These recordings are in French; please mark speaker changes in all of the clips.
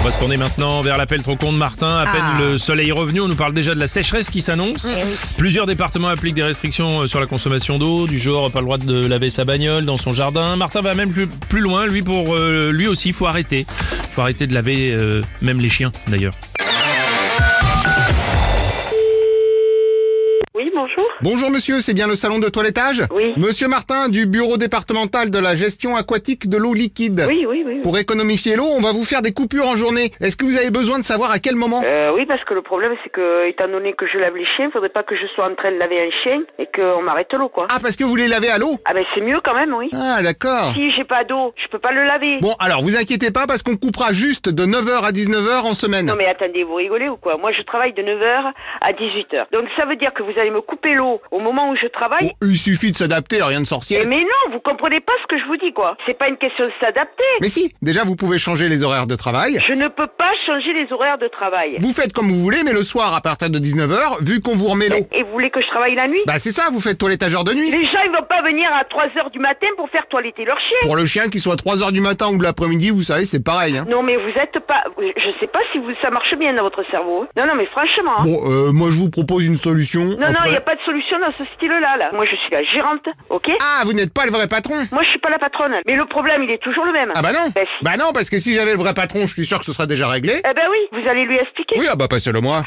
Speaker 1: On va se tourner maintenant vers l'appel trop con de Martin. À peine le soleil revenu, on nous parle déjà de la sécheresse qui s'annonce. Plusieurs départements appliquent des restrictions euh, sur la consommation d'eau, du genre pas le droit de laver sa bagnole dans son jardin. Martin va même plus, plus loin, lui pour euh, lui aussi, faut arrêter. Faut arrêter de laver euh, même les chiens d'ailleurs.
Speaker 2: Oui, bonjour.
Speaker 3: Bonjour monsieur, c'est bien le salon de toilettage
Speaker 2: Oui.
Speaker 3: Monsieur Martin du bureau départemental de la gestion aquatique de l'eau liquide.
Speaker 2: Oui, oui, oui.
Speaker 3: Pour économifier l'eau, on va vous faire des coupures en journée. Est-ce que vous avez besoin de savoir à quel moment
Speaker 2: Euh, oui, parce que le problème, c'est que, étant donné que je lave les chiens, faudrait pas que je sois en train de laver un chien et qu'on m'arrête l'eau, quoi.
Speaker 3: Ah, parce que vous les lavez à l'eau
Speaker 2: Ah ben, c'est mieux quand même, oui.
Speaker 3: Ah, d'accord.
Speaker 2: Si j'ai pas d'eau, je peux pas le laver.
Speaker 3: Bon, alors vous inquiétez pas parce qu'on coupera juste de 9h à 19h en semaine.
Speaker 2: Non mais attendez, vous rigolez ou quoi Moi, je travaille de 9h à 18h. Donc ça veut dire que vous allez me couper l'eau au moment où je travaille
Speaker 3: Bon, il suffit de s'adapter, rien de
Speaker 2: Eh,
Speaker 3: sorcier.
Speaker 2: mais non, vous comprenez pas ce que je vous dis, quoi. C'est pas une question de s'adapter.
Speaker 3: Mais si, déjà vous pouvez changer les horaires de travail.
Speaker 2: Je ne peux pas changer les horaires de travail.
Speaker 3: Vous faites comme vous voulez, mais le soir à partir de 19h, vu qu'on vous remet l'eau.
Speaker 2: Et vous voulez que je travaille la nuit
Speaker 3: Bah c'est ça, vous faites toilettage de nuit.
Speaker 2: Les gens, ils vont pas venir à 3h du matin pour faire toiletter leur chien.
Speaker 3: Pour le chien qui soit 3h du matin ou de l'après-midi, vous savez, c'est pareil. Hein.
Speaker 2: Non, mais vous êtes pas. Je sais pas si vous... ça marche bien dans votre cerveau. Non, non, mais franchement. hein.
Speaker 3: Bon, euh, moi je vous propose une solution.
Speaker 2: non, non,
Speaker 3: entre-
Speaker 2: il n'y a pas de solution dans ce style-là. Là. Moi, je suis la gérante, ok
Speaker 3: Ah, vous n'êtes pas le vrai patron
Speaker 2: Moi, je suis pas la patronne. Mais le problème, il est toujours le même.
Speaker 3: Ah bah non
Speaker 2: Ben, si.
Speaker 3: Bah non, parce que si j'avais le vrai patron, je suis sûr que ce serait déjà réglé.
Speaker 2: Eh ben oui, vous allez lui expliquer.
Speaker 3: Oui, ah bah passez-le moi.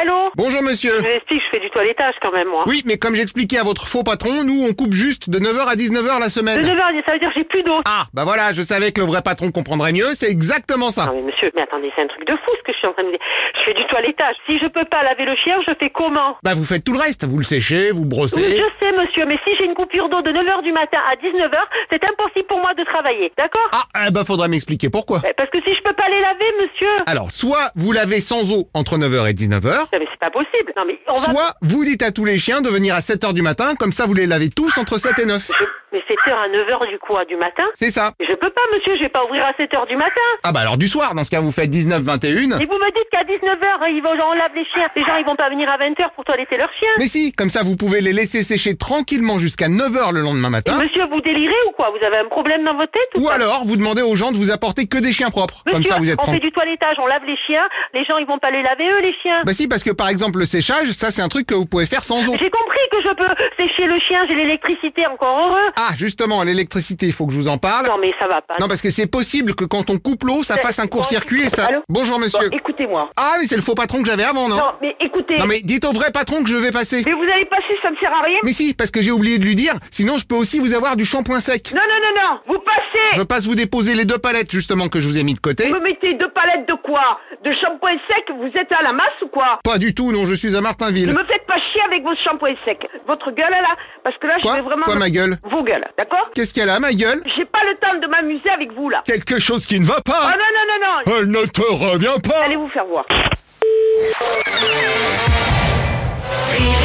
Speaker 2: Allô
Speaker 3: Bonjour monsieur.
Speaker 2: Je vous explique, je fais du toilettage quand même, moi.
Speaker 3: Oui, mais comme j'expliquais à votre faux patron, nous on coupe juste de 9h à 19h la
Speaker 2: De
Speaker 3: semaine.
Speaker 2: 9h, ça veut dire que j'ai plus d'eau.
Speaker 3: Ah, bah voilà, je savais que le vrai patron comprendrait mieux, c'est exactement ça.
Speaker 4: Non mais monsieur, mais attendez, c'est un truc de fou ce que je suis en train de dire. Je fais du toilettage. Si je peux pas laver le chien, je fais comment
Speaker 3: Bah vous faites tout le reste, vous le séchez, vous
Speaker 4: Oui,
Speaker 3: brossez.
Speaker 4: je sais monsieur, mais si j'ai une coupure d'eau de 9h du matin à 19h, c'est impossible pour moi de travailler, d'accord
Speaker 3: Ah, eh bah faudra m'expliquer pourquoi.
Speaker 4: Eh, Parce que si je peux pas les laver, monsieur...
Speaker 3: Alors, soit vous lavez sans eau entre 9h et 19h,
Speaker 4: Non mais c'est pas possible. Non mais on va...
Speaker 3: soit vous dites à tous les chiens de venir à 7h du matin, comme ça vous les lavez tous entre 7 et 9.
Speaker 4: Je- Mais 7h à 9h du quoi Du matin
Speaker 3: C'est ça.
Speaker 4: Mais Je peux pas monsieur, je vais pas ouvrir à 7h du matin.
Speaker 3: Ah bah alors du soir, dans ce cas vous faites 19-21.
Speaker 4: Et vous me dites qu'à 19h, ils vont, on lave les chiens. Les gens, ils vont pas venir à 20h pour toiletter leurs chiens.
Speaker 3: Mais si, comme ça vous pouvez les laisser sécher tranquillement jusqu'à 9h le lendemain
Speaker 4: Et
Speaker 3: matin.
Speaker 4: monsieur, vous délirez ou quoi Vous avez un problème dans votre tête ou
Speaker 3: Ou
Speaker 4: quoi
Speaker 3: alors vous demandez aux gens de vous apporter que des chiens propres. Comme
Speaker 4: Monsieur,
Speaker 3: ça vous êtes
Speaker 4: on fait
Speaker 3: tranquille.
Speaker 4: du toilettage, on lave les chiens, les gens ils vont pas les laver eux les chiens.
Speaker 3: Bah si, parce que par exemple le séchage, ça c'est un truc que vous pouvez faire sans eau.
Speaker 4: J'ai compris que je peux sécher le chien, j'ai l'électricité encore heureux.
Speaker 3: Ah justement, l'électricité, il faut que je vous en parle.
Speaker 4: Non mais ça va pas.
Speaker 3: Non parce que c'est possible que quand on coupe l'eau, ça fasse un court-circuit et ça...
Speaker 2: Allô
Speaker 3: Bonjour
Speaker 2: Bon,
Speaker 3: monsieur.
Speaker 2: écoutez-moi.
Speaker 3: Ah mais c'est le faux patron que j'avais avant, non
Speaker 2: Non, mais écoutez.
Speaker 3: Non mais dites au vrai patron que je vais passer.
Speaker 2: Mais vous allez passer, ça ne sert à rien.
Speaker 3: Mais si, parce que j'ai oublié de lui dire, sinon je peux aussi vous avoir du shampoing sec.
Speaker 2: Non, non, non, non. Vous passez.
Speaker 3: Je passe vous déposer les deux palettes justement que je vous ai mis de côté.
Speaker 2: Vous me mettez deux palettes de quoi De shampoing sec Vous êtes à la masse ou quoi
Speaker 3: Pas du tout, non, je suis à
Speaker 2: Ne
Speaker 3: Martinville.
Speaker 2: me faites pas chier avec vos shampoings secs. Votre gueule là, parce que là,
Speaker 3: Quoi
Speaker 2: je vais vraiment.
Speaker 3: Quoi, ma gueule
Speaker 2: Vos gueules, d'accord
Speaker 3: Qu'est-ce qu'elle a, ma gueule
Speaker 2: J'ai pas le temps de m'amuser avec vous là.
Speaker 3: Quelque chose qui ne va
Speaker 2: Oh
Speaker 3: pas
Speaker 2: non, non, non, non
Speaker 3: Elle ne te revient pas
Speaker 2: Allez vous faire voir.
Speaker 5: Rire